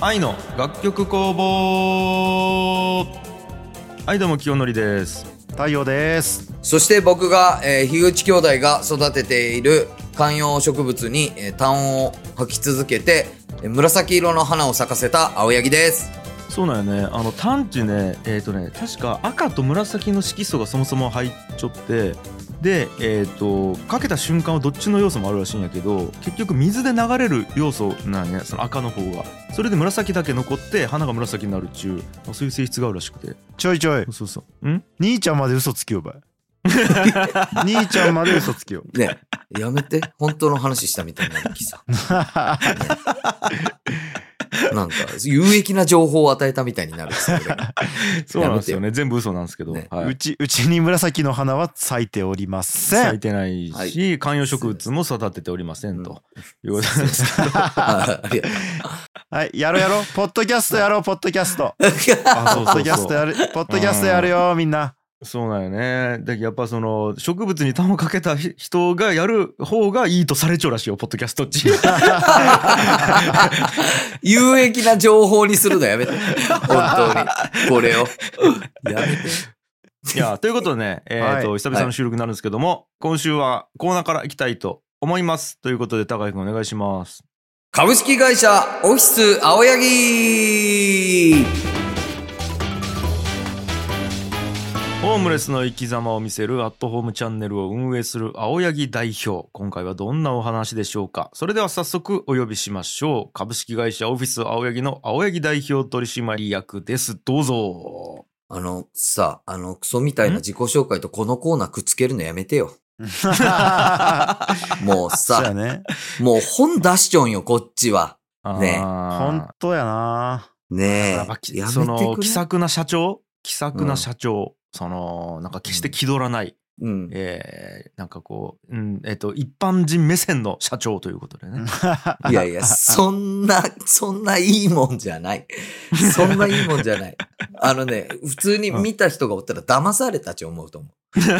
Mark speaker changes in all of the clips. Speaker 1: 愛の楽曲工房はいどうも清則です
Speaker 2: 太陽です。
Speaker 3: そして僕が、えー、樋口兄弟が育てている観葉植物に、えー、単音を吐き続けて、えー紫色の花を咲かせた青柳です。
Speaker 1: そうなんよねあの探知ねえっ、とね確か赤と紫の色素がそもそも入っちょってでえっ、とかけた瞬間はどっちの要素もあるらしいんやけど結局水で流れる要素なんやその赤の方がそれで紫だけ残って花が紫になるっちゅうまあそういう性質があるらしくて
Speaker 2: ちょいちょい
Speaker 1: そう。そうそうん
Speaker 2: 兄ちゃんまで嘘つきよばい。 兄ちゃんまで嘘つきよ。
Speaker 3: ね、やめて。本当の話したみたいなのにさ。 なんか、有益な情報を与えたみたいになるんですよ俺が
Speaker 1: そうなんですよね全部嘘なんですけど、
Speaker 3: ね
Speaker 1: は
Speaker 2: う
Speaker 1: い
Speaker 2: ち、うちに紫の花は咲いておりませ
Speaker 1: 咲い
Speaker 2: ん。
Speaker 1: てないし、
Speaker 3: はい
Speaker 1: 観葉植物も育てておりませんと、いうことなんですけど
Speaker 3: ありがと
Speaker 2: はい、やろうやろう。ポッドキャストやろう、ポッドキャスト。
Speaker 3: う。
Speaker 1: あそ
Speaker 2: ポ
Speaker 1: う
Speaker 2: ッ
Speaker 1: そ
Speaker 2: ド
Speaker 1: う
Speaker 2: キャスト
Speaker 1: そう
Speaker 2: やる、ポッドキャストやるよ、みん な。
Speaker 1: そうなんよねだけどやっぱその植物に端をかけたひ人がやる方がいいとされちゃうらしいよポッドキャストっ ち
Speaker 3: 有益な情報にするのやめて。本当に。これを。やめて。
Speaker 1: いやということで ねえーと、
Speaker 2: は
Speaker 1: 久々の収録になるんですけども、今週はコーナーからいきたいと思いますということで高井君お願いします
Speaker 3: 株式会社オフィス青柳
Speaker 1: ホームレスの生き様を見せるアットホームチャンネルを運営する青柳代表。今回はどんなお話でしょうかそれでは早速お呼びしましょう。株式会社オフィス青柳の青柳代表取締役です。どうぞ。
Speaker 3: あの、さ、あの、クソみたいな自己紹介とこのコーナーくっつけるのやめてよ。
Speaker 2: そうや
Speaker 3: もうさ、
Speaker 2: ね。
Speaker 3: もう本出しちょんよ、こっちは。ね
Speaker 2: 本
Speaker 1: 本
Speaker 2: 当やな。
Speaker 3: ねえ。
Speaker 1: や
Speaker 3: や
Speaker 1: っ
Speaker 3: め
Speaker 1: ぱ
Speaker 3: て
Speaker 1: き
Speaker 3: くれ。
Speaker 1: その、気さくな社長気さくな社長。その、なんか決して気取らない。
Speaker 3: うん。
Speaker 1: えーなんかこう、うん、えっ、と、一般人目線の社長ということでね。
Speaker 3: いやいや、そんな、そんないいもんじゃない。そんないいもんじゃない。あのね、普通に見た人がおったら騙されたち思うと思 う。人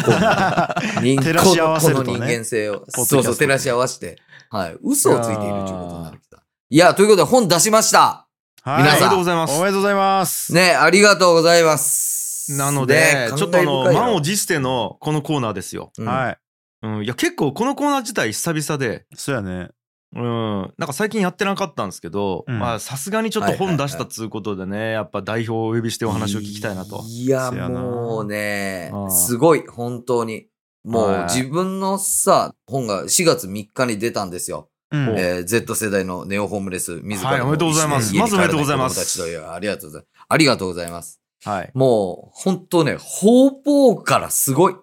Speaker 2: 照らし合わせるとね
Speaker 3: この人間性を。
Speaker 2: ドキャスト
Speaker 3: そうそう、照らし合わせて。はい。嘘をついているということになるきた。いや、ということで本出しました
Speaker 2: はい
Speaker 3: 皆
Speaker 1: あり
Speaker 3: さ
Speaker 1: が
Speaker 3: ん
Speaker 1: とうございます
Speaker 2: お。めでとうございます。
Speaker 3: ね、ありがとうございます。
Speaker 1: なので、
Speaker 3: ね
Speaker 1: ちょっとあの、
Speaker 3: 感慨深いな
Speaker 1: 満を持してのこのコーナーですよ。
Speaker 3: うん
Speaker 2: はい。
Speaker 1: うん、いや、結構このコーナー自体久々で、
Speaker 2: そうやね。
Speaker 1: うん、なんか最近やってなかったんですけど、
Speaker 2: うん
Speaker 1: まあ、さすがにちょっと本出したっつうことでね、やっぱ代表をお呼びしてお話を聞きたいなと。
Speaker 3: いや、
Speaker 2: せやな
Speaker 3: もうね
Speaker 1: う、ん
Speaker 3: すごい、本当に。も
Speaker 1: は
Speaker 3: う
Speaker 1: い
Speaker 3: 自分のさ、本が4月3日に出たんですよ。
Speaker 2: うん
Speaker 3: えー Z 世代のネオホームレス、自
Speaker 1: は
Speaker 3: らの
Speaker 1: いおめでとうございます
Speaker 3: 家に
Speaker 1: まずおめでとうございます
Speaker 3: 帰らな子供たちというありがとうございます。ありがとうございます。
Speaker 1: はい。
Speaker 3: もう、本当ね、方々からすごい、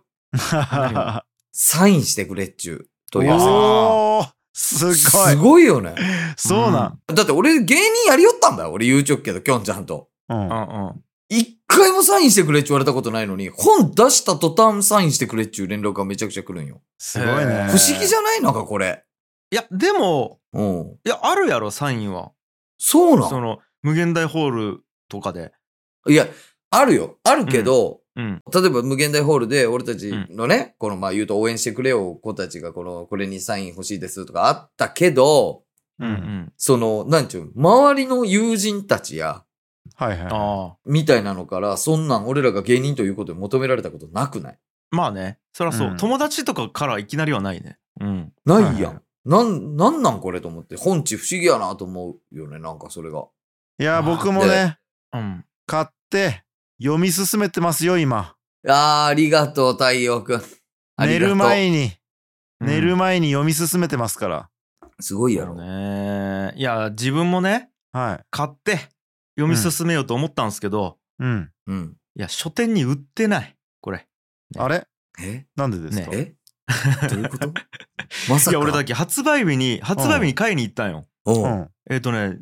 Speaker 3: サインしてくれっちゅう問い合わせ。
Speaker 2: おーすご
Speaker 3: す
Speaker 2: い。
Speaker 3: ごいよね。
Speaker 2: そうなん。
Speaker 3: だって俺芸人やりよったんだよ。俺言うちょっけど、きょんちゃんと。
Speaker 2: うん
Speaker 1: うんうん。
Speaker 3: 一回もサインしてくれって言われたことないのに、本出した途端サインしてくれっちゅう連絡がめちゃくちゃ来るんよ。
Speaker 2: すごい
Speaker 1: へ
Speaker 2: ね
Speaker 1: ー
Speaker 3: 不。思議じゃないなんかこれ。
Speaker 1: いや、でも、
Speaker 3: うん。
Speaker 1: いや、あるやろ、サインは。
Speaker 3: そうな
Speaker 1: そ
Speaker 3: の
Speaker 1: の、無限大ホールとかで。
Speaker 3: いや、あるよ。あるけど、
Speaker 1: うん。
Speaker 3: 例えば無限大ホールで俺たちのね、このまあ言うと応援してくれよ子たちがこの、これにサイン欲しいですとかあったけど、
Speaker 1: うんうん。
Speaker 3: その、なんちゅう、周りの友人たちや、
Speaker 2: はいはい。
Speaker 1: ああ。
Speaker 3: みたいなのから、そんなん俺らが芸人ということで求められたことなくない
Speaker 1: まあね、そりゃそう、
Speaker 2: うん
Speaker 1: 友達とかからいきなりはないね。うん。
Speaker 3: ない
Speaker 2: はい
Speaker 3: や
Speaker 2: は
Speaker 3: ん。なん、なんなんこれと思って、本地不思議やなと思うよね、なんかそれが。
Speaker 2: いや、僕もね、
Speaker 1: うん。
Speaker 2: 買って、読み進めてますよ、今。
Speaker 3: あー、ありがとう、太陽くん。あり
Speaker 2: 寝
Speaker 3: がと
Speaker 2: る
Speaker 3: う
Speaker 2: 前に、
Speaker 1: うん
Speaker 2: 寝る前に読み進めてますから。
Speaker 3: すごいや
Speaker 1: そう
Speaker 3: ろ。
Speaker 1: ね。いや、自分もね、
Speaker 2: はい。
Speaker 1: 買って読み進めようと思ったんですけど、
Speaker 2: うん。
Speaker 3: うん。
Speaker 1: いや書店に売ってないこれ
Speaker 2: あれ
Speaker 3: え
Speaker 2: なんでですか、
Speaker 3: えどういうことまさ
Speaker 1: い
Speaker 3: か。
Speaker 1: や俺だけ発売日に発売日に買いに行ったんよ、
Speaker 3: うん。
Speaker 2: う
Speaker 3: うん。
Speaker 2: ん。
Speaker 1: えっ、とね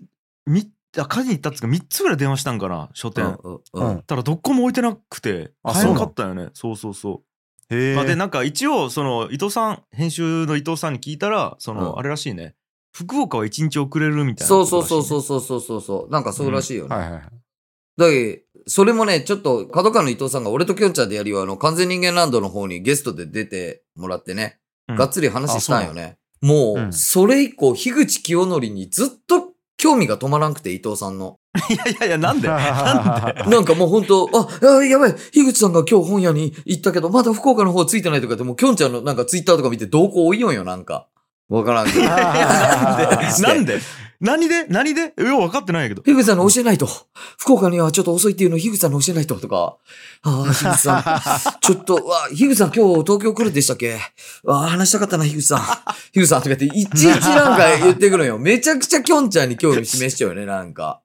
Speaker 1: みあ買いに行ったっつうか3つぐらい電話したんかな書
Speaker 3: う
Speaker 1: 店、
Speaker 3: ん。うん。
Speaker 2: う
Speaker 3: うんん。
Speaker 1: ただどこも置いてなくて
Speaker 2: あ
Speaker 1: 買えなかったよねそうそうそう、
Speaker 2: へえ。
Speaker 1: まあ、でなんか一応その伊藤さん編集の伊藤さんに聞いたらその、
Speaker 3: うん
Speaker 1: あれらしいね福岡は1日遅れるみたいな
Speaker 3: そうそうそうそううそうそうそうそう。なんかそうらしいよね。
Speaker 2: はいはいはい。
Speaker 3: だけどそれもね、ちょっと、角川の伊藤さんが俺ときょんちゃんでやるよ、あの、完全人間ランドの方にゲストで出てもらってね、
Speaker 1: うん
Speaker 3: がっつり話したんよね。もう、
Speaker 2: うん
Speaker 3: それ以降、樋口清則にずっと興味が止まらんくて、伊藤さんの。
Speaker 1: いやいやいや、なん で
Speaker 3: なんかもう本当、あ、あやばい、樋口さんが今日本屋に行ったけど、まだ福岡の方ついてないとかって、もうきょんちゃんのなんかツイッターとか見て動向多いよんよ、なんか。わからんけど。
Speaker 1: なんで何で何でよう分かって ないんやけど。
Speaker 3: 樋口さんの教えないと。福岡にはちょっと遅いっていうのを樋口さんの教えないと、とか。ああ、樋口さん。ちょっと、わあ、樋口さん今日東京来るでしたっけわあ、話したかったな、樋 口さん。樋口さんとか言って、いちいちなんか言ってくるんよ。めちゃくちゃきょんちゃんに興味示しちゃうよね、なんか。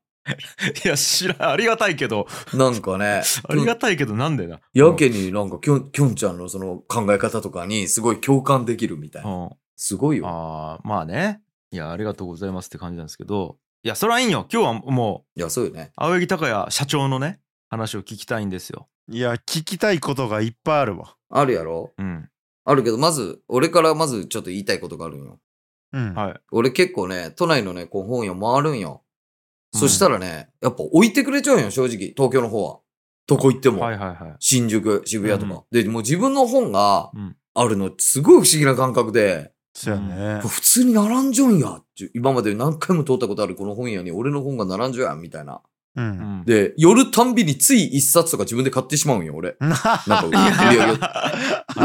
Speaker 1: いや、知らん。ありがたいけど、
Speaker 3: なんかね。
Speaker 1: ありがたいけど、なんでな。
Speaker 3: やけになんかきょん、きょんちゃんのその考え方とかにすごい共感できるみたい
Speaker 1: うん
Speaker 3: な。
Speaker 1: うん
Speaker 3: すごいよ。
Speaker 1: ああ、まあね。いや、ありがとうございますって感じなんですけど。いや、それはいいんよ。今日はもう、
Speaker 3: いや、そうよね。
Speaker 1: 青柳高也社長のね、話を聞きたいんですよ。
Speaker 2: いや、聞きたいことがいっぱいあるわ。
Speaker 3: あるやろ
Speaker 1: うん。
Speaker 3: あるけど、まず、俺からまずちょっと言いたいことがあるんよ。
Speaker 2: うん。
Speaker 1: はい。
Speaker 3: 俺結構ね、都内のね、こう本屋回るんよ。そしたらね、やっぱ置いてくれちゃうんよ、正直。東京の方は。どこ行っても。
Speaker 1: はいはいはい。
Speaker 3: 新宿、渋谷とか。
Speaker 1: うん
Speaker 3: で、もう自分の本が
Speaker 1: うん
Speaker 3: あるの、すごい不思議な感覚で、
Speaker 2: そうやね。
Speaker 3: 普通に並んじょんやっていう今まで何回も通ったことあるこの本屋に俺の本が並んじょやん、みたいな。
Speaker 2: う。
Speaker 1: うんん。
Speaker 3: で、寄るたんびについ一冊とか自分で買ってしまうんよ、俺。 なんか売り上げを、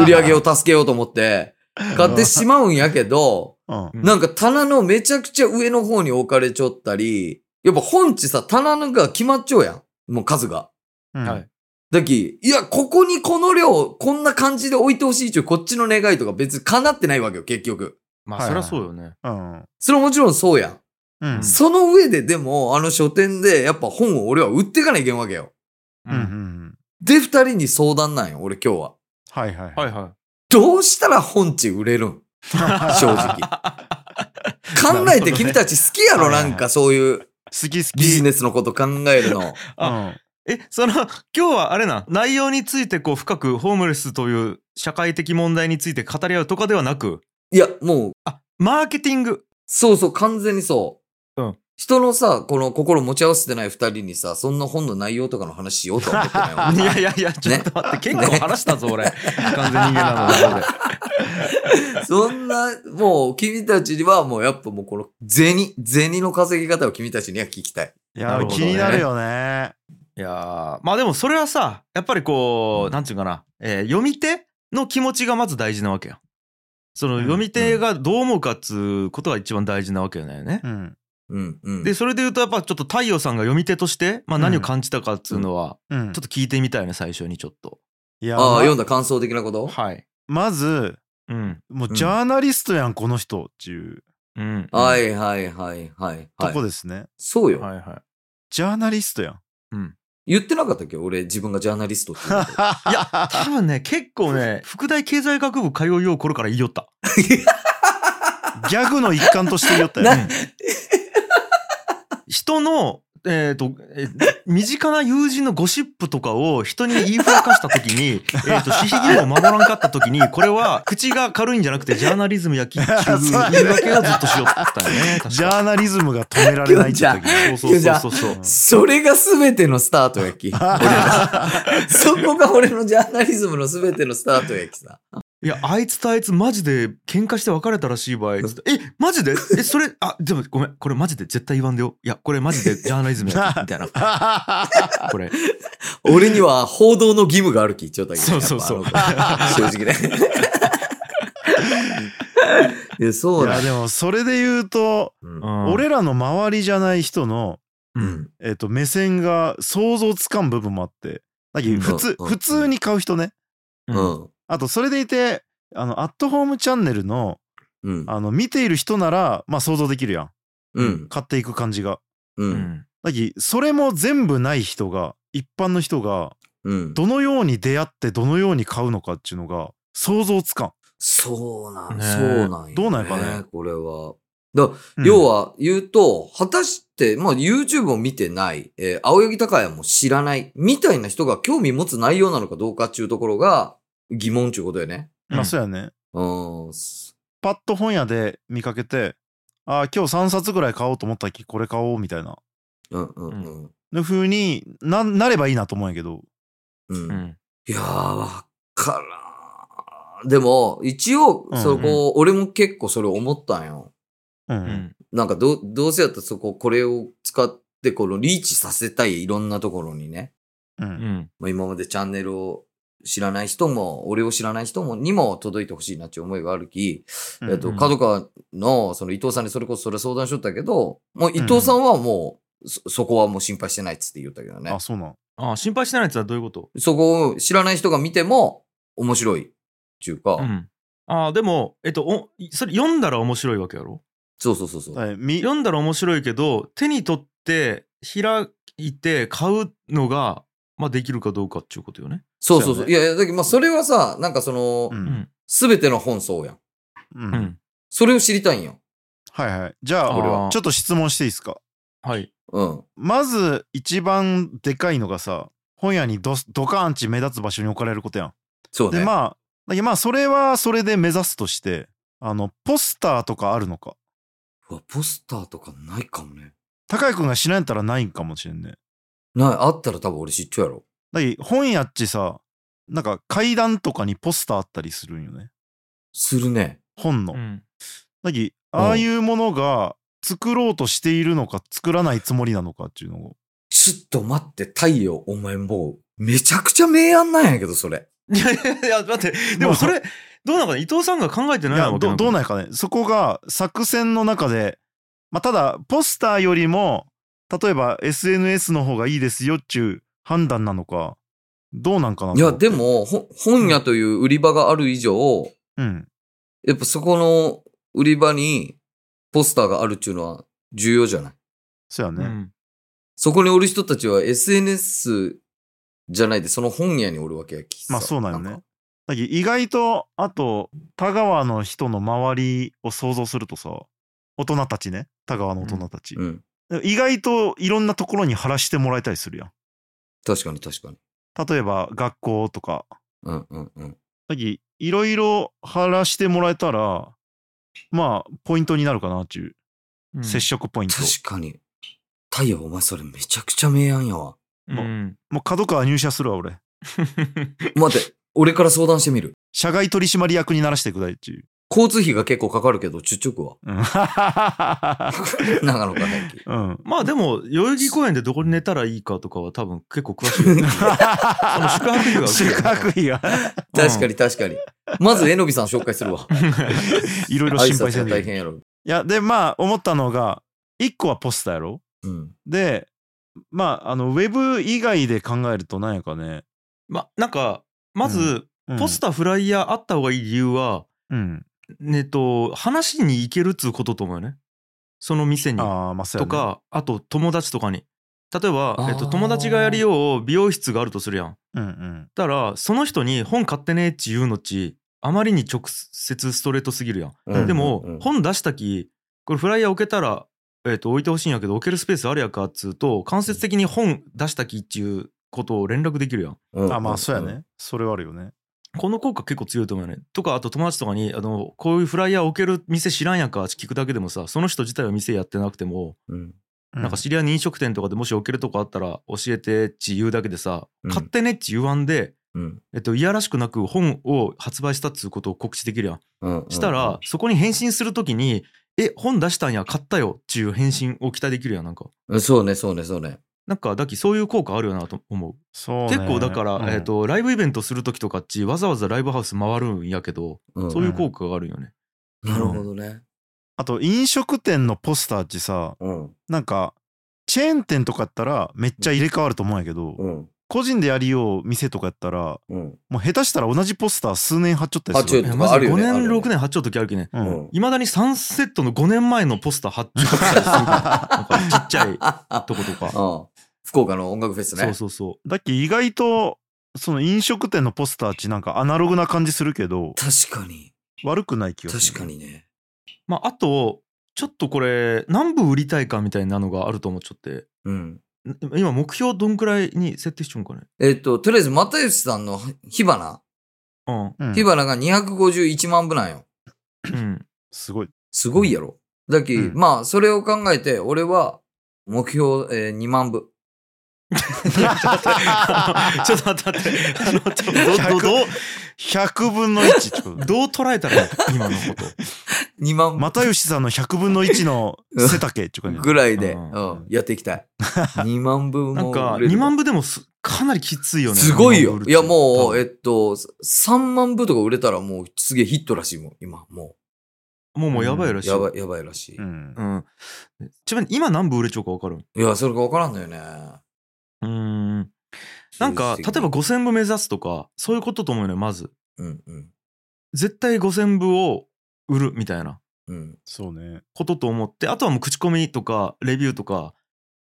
Speaker 3: 売り上げを助けようと思って、買ってしまうんやけど、
Speaker 2: うん。
Speaker 1: うん
Speaker 3: なんか棚のめちゃくちゃ上の方に置かれちょったり、やっぱ本地さ、棚のが決まっちゃうやん。もう数が。
Speaker 2: うん
Speaker 1: はい。
Speaker 3: だき、いや、ここにこの量、こんな感じで置いてほしいっちゅう、こっちの願いとか別に叶ってないわけよ、結局。
Speaker 1: まあ、
Speaker 2: はい
Speaker 1: そ
Speaker 2: は
Speaker 1: り
Speaker 2: い
Speaker 1: ゃそうよね。
Speaker 2: うん。
Speaker 3: それはもちろんそうやん。
Speaker 2: うん。
Speaker 3: その上ででも、あの書店でやっぱ本を俺は売っていかないけんわけよ。
Speaker 2: うんうんうん。
Speaker 3: で、二人に相談なんよ、俺今日は。
Speaker 2: はいはい。
Speaker 1: はいは
Speaker 3: どうしたら本地売れるん正 直。考えて君たち好きやろ、
Speaker 2: な
Speaker 3: な
Speaker 2: るほどね
Speaker 3: んかそういう
Speaker 2: 好き好
Speaker 3: ビ
Speaker 2: き。
Speaker 3: ジネスのこと考えるの。
Speaker 2: うん。
Speaker 1: い。え、その、 今日はあれな、内容についてこう深く、ホームレスという社会的問題について語り合うとかではなく、
Speaker 3: いや、もう、
Speaker 1: あ、マーケティング。
Speaker 3: そうそう、完全にそう。
Speaker 1: うん
Speaker 3: 人のさ、この心持ち合わせてない二人にさ、そんな本の内容とかの話しようとは思ってない
Speaker 1: い
Speaker 3: わ
Speaker 1: やいやいや、ちょっと待って、結構話したぞ、俺。完全人間なので 俺。
Speaker 3: そんな、もう、君たちにはもうやっぱもうこの銭、銭の稼ぎ方を君たちには聞きたい。
Speaker 2: い
Speaker 1: な
Speaker 2: や
Speaker 1: る、ほど
Speaker 2: 気
Speaker 1: ね
Speaker 2: になるよね。
Speaker 1: いやーまあでもそれはさやっぱりこう、
Speaker 3: うん
Speaker 1: なんていうかな、えー読み手の気持ちがまず大事なわけよ。その
Speaker 2: うん
Speaker 1: 読み手がどう思うかっつうことが一番大事なわけよね。
Speaker 2: うん。
Speaker 3: うん、うん。
Speaker 1: でそれで言うとやっぱちょっと太陽さんが読み手として、まあ、
Speaker 2: うん
Speaker 1: 何を感じたかっつうのは
Speaker 2: うん
Speaker 1: ちょっと聞いてみたいね最初にちょっと。
Speaker 2: いや、
Speaker 3: ああ、
Speaker 2: ま
Speaker 3: 読んだ感想的なこと
Speaker 1: はい。
Speaker 2: まず、
Speaker 1: うん。
Speaker 2: も
Speaker 3: う
Speaker 2: うんジャーナリストやん、この人っていう
Speaker 1: うん。
Speaker 3: は
Speaker 1: うん
Speaker 3: いはいはいはい、
Speaker 2: と
Speaker 3: は
Speaker 2: こ
Speaker 3: い。
Speaker 2: ですね。
Speaker 3: そうよ、
Speaker 1: はいは
Speaker 2: ジャーナリス トやん。
Speaker 1: い。うん。
Speaker 3: 言ってなかったっけ俺自分がジャーナリストって言うこ
Speaker 1: いや多分ね結構ね副大経済学部通うよう頃から言いよった。
Speaker 2: ギャグの一環として言った よ。
Speaker 1: うん人の、えーとえー身近な友人のゴシップとかを人に言いふらかした時 に、えー、と私費義務を守らんかった時にこれは口が軽いんじゃなくてジャーナリズムやき中言い訳をずっとしよったよね。確か
Speaker 2: ジャーナリズムが止められないって 言ったけど
Speaker 1: そうそうそうそうそう
Speaker 3: と。それが全てのスタート やき。そこが俺のジャーナリズムの全てのスタートやきさ。
Speaker 1: いやあいつとあいつマジで喧嘩して別れたらしい場合えマジでえそれあでもごめんこれマジで絶対言わんでよいやこれマジでジャーナリズムやきみたいな これ
Speaker 3: 俺には報道の義務があるき、ちょっとだけ
Speaker 1: そうそうそう
Speaker 3: やっぱあの 子正直ね。いや、そ
Speaker 2: いう
Speaker 3: だ
Speaker 2: や、でもそれで言うと、
Speaker 3: うん
Speaker 1: うん
Speaker 2: 俺らの周りじゃない人の、
Speaker 3: うん。
Speaker 2: えっと、目線が想像つかん部分もあって、だけど普通、
Speaker 3: うん
Speaker 2: 普通に買う人ね。
Speaker 3: う
Speaker 1: うん
Speaker 3: ん。
Speaker 2: あと、それでいて、あの、アットホームチャンネルの、
Speaker 3: うん。
Speaker 2: あの、見ている人なら、まあ想像できるやん。
Speaker 3: うん。
Speaker 2: 買っていく感じが。
Speaker 3: う。
Speaker 1: うんん
Speaker 2: だけどそれも全部ない人が、一般の人が、
Speaker 3: うん。
Speaker 2: どのように出会って、どのように買うのかっていうのが、想像つか
Speaker 3: そうなん、
Speaker 1: ねえ
Speaker 3: そうなんよ、
Speaker 2: どうなんやろね。
Speaker 3: これは。だ
Speaker 2: ん。
Speaker 3: 要は言うと、果たして、まあ YouTube を見てない、えー青柳高也も知らない、みたいな人が興味持つ内容なのかどうかっていうところが疑問っていうことよね。
Speaker 2: まあそうやね。
Speaker 3: うん。す
Speaker 2: パッと本屋で見かけて、ああ、今日3冊ぐらい買おうと思ったっけこれ買おうみたいな。
Speaker 3: うんうん
Speaker 2: の風にななればいいなと思うんやけど。
Speaker 3: うん。うん
Speaker 1: う。ん
Speaker 3: いやー、わからん。でも、一応、
Speaker 2: うんうん
Speaker 3: そこ、俺も結構それ思ったんよ。
Speaker 2: う。
Speaker 1: うんん
Speaker 3: なんかど、どうせやったらそこ、これを使って、このリーチさせたいいろんなところにね。
Speaker 2: う
Speaker 1: うんん
Speaker 3: まあ、今までチャンネルを知らない人も、俺を知らない人も、にも届いてほしいなっていう思いがあるき、
Speaker 2: うん
Speaker 3: えっと、角川の、その伊藤さんにそれこそそれ相談しとったけど、もう伊藤さんはもう、そ、そこはもう心配してないっつって言ったけどね
Speaker 2: あ。そうなん
Speaker 1: ああ心配してないやつはどういうこと
Speaker 3: そこを知らない人が見ても、面白い。っていうか、
Speaker 1: うんああでもえっとおそれ読んだら面白いわけやろ
Speaker 3: そうそうそうそう。
Speaker 2: えみ
Speaker 1: 読んだら面白いけど手に取って開いて買うのが、まあ、できるかどうかっていうことよね。
Speaker 3: そうそうそう。
Speaker 2: そうやね
Speaker 3: いやいや、だけど、まあ、それはさ、なんかその
Speaker 2: う、
Speaker 1: うんん
Speaker 3: すべての本そうやん。
Speaker 2: うん
Speaker 1: うん
Speaker 3: それを知りたいんよ。
Speaker 2: はいはいじゃあ
Speaker 1: これは
Speaker 2: ちょっと質問していいですか
Speaker 1: はい
Speaker 3: うん。
Speaker 2: まず一番でかいのがさ本屋にドスドカーンチ目立つ場所に置かれることやん
Speaker 3: そうね。
Speaker 2: でまあいやまあそれはそれで目指すとしてあのポスターとかあるのか
Speaker 3: うわ、ポスターとかないかもね。
Speaker 2: 高井君が知らんやったらないんかもしれんね
Speaker 3: ない、あったら多分俺知っちゃうやろ。
Speaker 2: だけど本屋っちさなんか階段とかにポスターあったりするんよね
Speaker 3: するね。
Speaker 2: 本の、
Speaker 1: うん
Speaker 2: だけどああいうものが作ろうとしているのか作らないつもりなのかっていうのを
Speaker 3: ちょっと待って、太陽、お前もう、めちゃくちゃ明暗なんやけど、それ。
Speaker 1: いやいやいや待ってでもそれどうなのかな伊藤さんが考えて
Speaker 2: い
Speaker 1: ないわ
Speaker 2: や
Speaker 1: け
Speaker 2: どうどう
Speaker 1: な
Speaker 2: なん
Speaker 1: か
Speaker 2: んかねそこが作戦の中で、まあ、ただポスターよりも例えば SNS の方がいいですよっちゅう判断なのかどうなんかない
Speaker 3: や、で、も、ほ本屋という売り場がある以上、
Speaker 2: うん、
Speaker 3: やっぱそこの売り場にポスターがあるっていうのは重要じゃない。
Speaker 2: そうやね、
Speaker 1: うん
Speaker 3: そこにおる人たちは SNS じゃないで、その本屋におるわけやきさ
Speaker 2: まあそうなんよね
Speaker 3: か
Speaker 2: だけど意外とあと田川の人の周りを想像するとさ大人たちね田川の大人たち、
Speaker 3: うん。
Speaker 2: 意外といろんなところに貼らしてもらえたりするやん
Speaker 3: 確かに確かに。
Speaker 2: 例えば学校とか
Speaker 3: うんうんうん。
Speaker 2: さっきいろいろ貼らしてもらえたらまあポイントになるかなっていう、
Speaker 1: うん
Speaker 2: 接触ポイント
Speaker 3: 確かに。太陽、お前それめちゃくちゃ明暗やわ。
Speaker 1: うん
Speaker 2: もう角川入社するわ俺
Speaker 3: 待って、俺から相談してみる。
Speaker 2: 社外取締役にならしてくだいっていう、
Speaker 3: 交通費が結構かかるけど、ちゅっちょくは。
Speaker 2: うん
Speaker 3: 長野からや き。
Speaker 2: うん、
Speaker 1: まあでも代々木公園でどこに寝たらいいかとかは多分結構詳し いよねその宿泊費が
Speaker 2: 宿泊費が
Speaker 3: 確かに確かに。まず、えのびさん紹介する わ。
Speaker 2: いろいろ
Speaker 3: 挨
Speaker 2: 心配せ
Speaker 3: 拶
Speaker 2: ん
Speaker 3: が大
Speaker 2: でいいい
Speaker 3: 変やろ。
Speaker 2: やでまあ思ったのが1個はポスターやろ
Speaker 3: うん。
Speaker 2: でまああのウェブ以外で考えるとなんやかね、
Speaker 1: まなんかまず、ポス
Speaker 2: タ
Speaker 1: ターフライヤーあった方がいい理由は、
Speaker 2: ー、うん、
Speaker 1: ねえっと話に行けるっつうことと思うよねその店に
Speaker 2: ああまあそうや
Speaker 1: と
Speaker 2: ね
Speaker 1: かあと友達とかに例えば、
Speaker 3: あー
Speaker 1: えっと、友達がやりよう美容室があるとするやん
Speaker 2: うんうん
Speaker 1: だからその人に「本買ってね」っち言うのっちあまりに直接ストレートすぎるやん、
Speaker 3: うん
Speaker 1: でも、
Speaker 3: うん
Speaker 1: 本出したきこれフライヤー置けたら、えっと置いてほしいんやけど置けるスペースあるやかっつうと間接的に本出したきっちいうことを連絡できるやん
Speaker 3: うん
Speaker 2: あまあそうやね、。それはあるよね
Speaker 1: この効果結構強いと思うよね。とかあと友達とかにあのこういうフライヤー置ける店知らんやんかって聞くだけでもさその人自体は店やってなくても、
Speaker 3: うん。
Speaker 1: なんか知り合いに飲食店とかでもし置けるとこあったら教えてっち言うだけでさ、
Speaker 3: うん
Speaker 1: 買ってねっち言わんで、
Speaker 3: うん。
Speaker 1: えっと、いやらしくなく本を発売したっつうことを告知できるやん。
Speaker 3: うんうん
Speaker 1: したら、、そこに返信するときに「え本出したんや買ったよ」っちいう返信を期待できるやんなんか。
Speaker 3: うんそうね、そうね、そうね。
Speaker 1: なんかだっきそういう効果あるよなと思う
Speaker 2: そうね
Speaker 1: 結構だから、
Speaker 2: うん
Speaker 1: えっとライブイベントする時とかっちわざわざライブハウス回るんやけど、
Speaker 3: うん
Speaker 1: そういう効果があるよね。
Speaker 3: なるほどね。
Speaker 2: あと飲食店のポスターってさ
Speaker 3: うん。
Speaker 2: なんかチェーン店とかやったらめっちゃ入れ替わると思うんやけど、
Speaker 3: うん。
Speaker 2: 個人でやりよう店とかやったら
Speaker 3: うん。
Speaker 2: もう下手したら同じポスター数年貼っちゃったりす
Speaker 3: 貼っ
Speaker 2: る
Speaker 1: い
Speaker 3: ちゃう
Speaker 1: や
Speaker 3: と
Speaker 1: マ
Speaker 3: か
Speaker 1: ジで
Speaker 3: ある
Speaker 1: 5
Speaker 3: よね
Speaker 1: 年、
Speaker 3: あるよね
Speaker 1: 6年貼っちゃう時あるけね。
Speaker 2: う
Speaker 3: うんん。
Speaker 1: いまだに3セットの5年前のポスター貼っちゃったりするからなんかちっちゃいとことか。
Speaker 3: うん福岡の音楽フェスね。
Speaker 1: そうそうそ
Speaker 2: だっけ意外とその飲食店のポスターってなんかアナログな感じするけど
Speaker 3: 確かに。
Speaker 2: 悪くない気がする
Speaker 3: 確かにね。
Speaker 1: う。まあ、あと、ちょっとこれ、何部売りたいかみたいなのがあると思っちゃって。
Speaker 3: うん。
Speaker 1: ん今、目標どんくらいに設定しちゃうんかね。
Speaker 3: えっと、とりあえず、又吉さんの火花。
Speaker 1: うん。
Speaker 2: うん
Speaker 3: 火花が251万部なんよ。
Speaker 1: うん。
Speaker 2: すごい
Speaker 3: すごいやろ。だき、
Speaker 2: うん
Speaker 3: まあ、それを考えて、俺は、目標、えー2万部。
Speaker 1: ちょっと待ってちょっと待って。あの、ちょっとどどどう
Speaker 2: 100分の1ってこと
Speaker 1: どう捉えたらいい今のこと。
Speaker 3: 2万
Speaker 2: 又吉さんの100分の1の背丈っていう感じ
Speaker 3: ぐらいで、う
Speaker 1: うん
Speaker 3: ん、やっていきたい。2万部も。
Speaker 1: なんか2万部でもすかなりきついよね
Speaker 3: すごいよ。いや、もう、
Speaker 1: え
Speaker 3: えっと、3万部とか売れたらもうすげえヒットらしいもん、今。も
Speaker 1: もうもうやばいら
Speaker 3: う、
Speaker 1: しい
Speaker 3: やばい、やばいらしい。
Speaker 2: うん
Speaker 1: うんちなみに今何部売れちゃうか分かる
Speaker 3: いや、それがわからんのよね。
Speaker 1: うんなんか例えば、5,000部目指すとかそういうことと思うよねまず
Speaker 3: うんうん。
Speaker 1: 絶対5,000部を売るみたいな
Speaker 3: うん。
Speaker 2: そうね
Speaker 1: ことと思ってあとはもう口コミとかレビューとか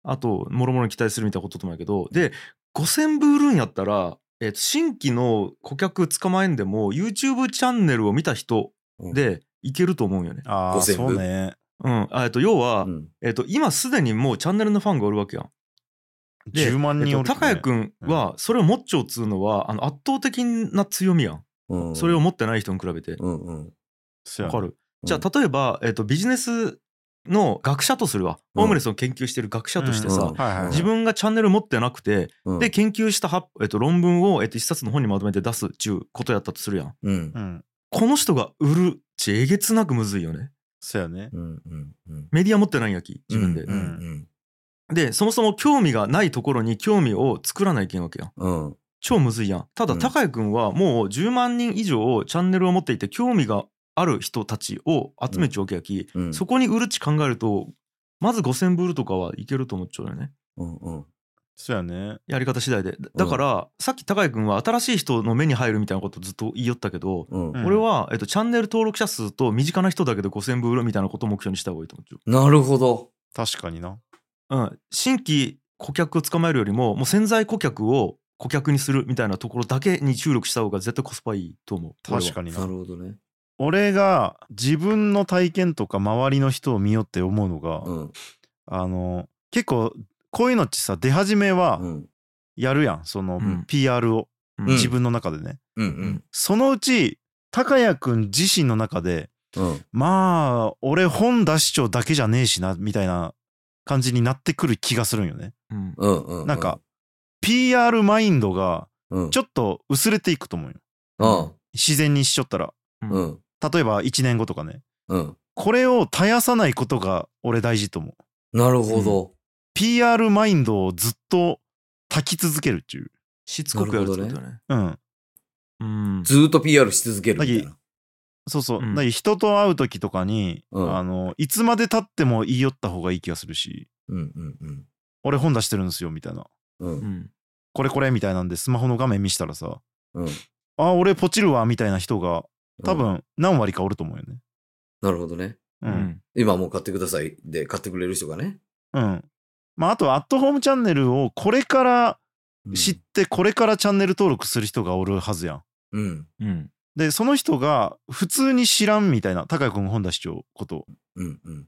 Speaker 1: あともろもろに期待するみたいなことと思うんやけどで5,000部売るんやったら、えーと新規の顧客捕まえんでも YouTube チャンネルを見た人でいけると思うんよね。
Speaker 2: ああ
Speaker 3: 5000
Speaker 2: そうね
Speaker 1: うん、あえっと要は、
Speaker 3: うん、
Speaker 1: えっと今すでにもうチャンネルのファンがおるわけやん。で
Speaker 2: 10万人
Speaker 1: え
Speaker 2: お
Speaker 1: っ
Speaker 2: る
Speaker 1: と
Speaker 2: と
Speaker 1: 高
Speaker 2: ね
Speaker 1: 谷君はそれを持っちゃうっつうのはあの圧倒的な強みやん、
Speaker 3: うん。
Speaker 1: それを、持ってない人に比べて
Speaker 3: うんうん。
Speaker 2: そう
Speaker 1: わ
Speaker 2: や
Speaker 1: か
Speaker 2: ね
Speaker 1: るじゃあ例えば、えっとビジネスの学者とするわ、
Speaker 3: うん
Speaker 1: ホームレスを研究してる学者としてさ、
Speaker 3: うん
Speaker 2: はいはい
Speaker 1: 自分がチャンネル持ってなくて、
Speaker 3: うん
Speaker 1: で、研究したは、えっと論文を、えっと一冊の本にまとめて出すっちゅうことやったとするやん
Speaker 3: うん
Speaker 2: う。ん
Speaker 1: この人が売るっちえげつなくむずいよね
Speaker 2: そうやね
Speaker 3: うんうんうん。
Speaker 1: メディア持ってないんやき自分で、
Speaker 3: うんうん
Speaker 1: でそもそも興味がないところに興味を作らないけんわけやん
Speaker 3: うん。うん
Speaker 1: 超むずいやんただ
Speaker 3: うん
Speaker 1: 高谷君はもう10万人以上チャンネルを持っていて興味がある人たちを集めちゃうわけやき、
Speaker 3: うん。
Speaker 1: そこに売るっち考えるとまず5,000ブルとかはいけると思っちゃうよね
Speaker 3: うんうん。
Speaker 2: そうやね
Speaker 1: やり方次第でだだから、さっき高谷君は新しい人の目に入るみたいなことずっと言いよったけど、
Speaker 3: うん
Speaker 2: うん
Speaker 1: 俺は、えっと、チャンネル登録者数と身近な人だけで5,000ブルみたいなことを目標にした方がいいと思っちゃう
Speaker 3: なるほど。
Speaker 2: 確かにな
Speaker 1: うん、新規顧客を捕まえるよりももう潜在顧客を顧客にするみたいなところだけに注力した方が絶対コスパいいと思う
Speaker 2: 確かに
Speaker 3: な
Speaker 2: な
Speaker 3: るほどね。
Speaker 2: 俺が自分の体験とか周りの人を見よって思うのが、
Speaker 3: うん。
Speaker 2: あの結構こういうのってさ出始めは
Speaker 3: うん。
Speaker 2: やるやんそ
Speaker 1: う
Speaker 2: の
Speaker 1: ん
Speaker 2: PR を、
Speaker 1: に、
Speaker 3: うん
Speaker 2: 自分の中でね
Speaker 3: うんうん。
Speaker 2: そのうち高谷くん自身の中で
Speaker 3: うん。
Speaker 2: まあ俺本出しちょだけじゃねえしなみたいな感じになってくる気がするんよね
Speaker 1: うん
Speaker 3: うんうんうん。
Speaker 2: なんか、PR マインドが
Speaker 3: うん。
Speaker 2: ちょっと薄れていくと思うよ
Speaker 3: うん。
Speaker 2: 自然にしちょったら
Speaker 1: う
Speaker 3: うんん。
Speaker 2: 例えば1年後とかね
Speaker 3: うん。
Speaker 2: これを絶やさないことが俺大事と思う
Speaker 3: なるほど。
Speaker 2: PR マインドをずっと炊き続けるっていう。
Speaker 1: しつこくやるってこと
Speaker 3: な
Speaker 1: だね
Speaker 2: うん。
Speaker 1: うん
Speaker 3: ずーっと PR し続けるみたいな。
Speaker 2: そうそう。
Speaker 1: うん
Speaker 2: だから人と会う時とかに、
Speaker 3: うん
Speaker 2: あの、いつまで経っても言い寄った方がいい気がするし、
Speaker 3: うんうんうん。
Speaker 2: 俺本出してるんですよ、みたいな。
Speaker 3: うん
Speaker 1: うん
Speaker 2: これこれみたいなんで、スマホの画面見したらさ、
Speaker 3: うん
Speaker 2: あ、俺ポチるわ、みたいな人が、多分何割かおると思うよね。
Speaker 3: なるほどね。
Speaker 1: う
Speaker 2: うん。
Speaker 1: ん
Speaker 3: 今もう買ってくださいで買ってくれる人がね。
Speaker 2: うん。まあ、あとはアットホームチャンネルをこれから知って、これからチャンネル登録する人がおるはずやん。
Speaker 3: うん
Speaker 1: うん
Speaker 2: で、その人が普通に知らんみたいな、高谷君本出しちゃうことを
Speaker 3: うんうん。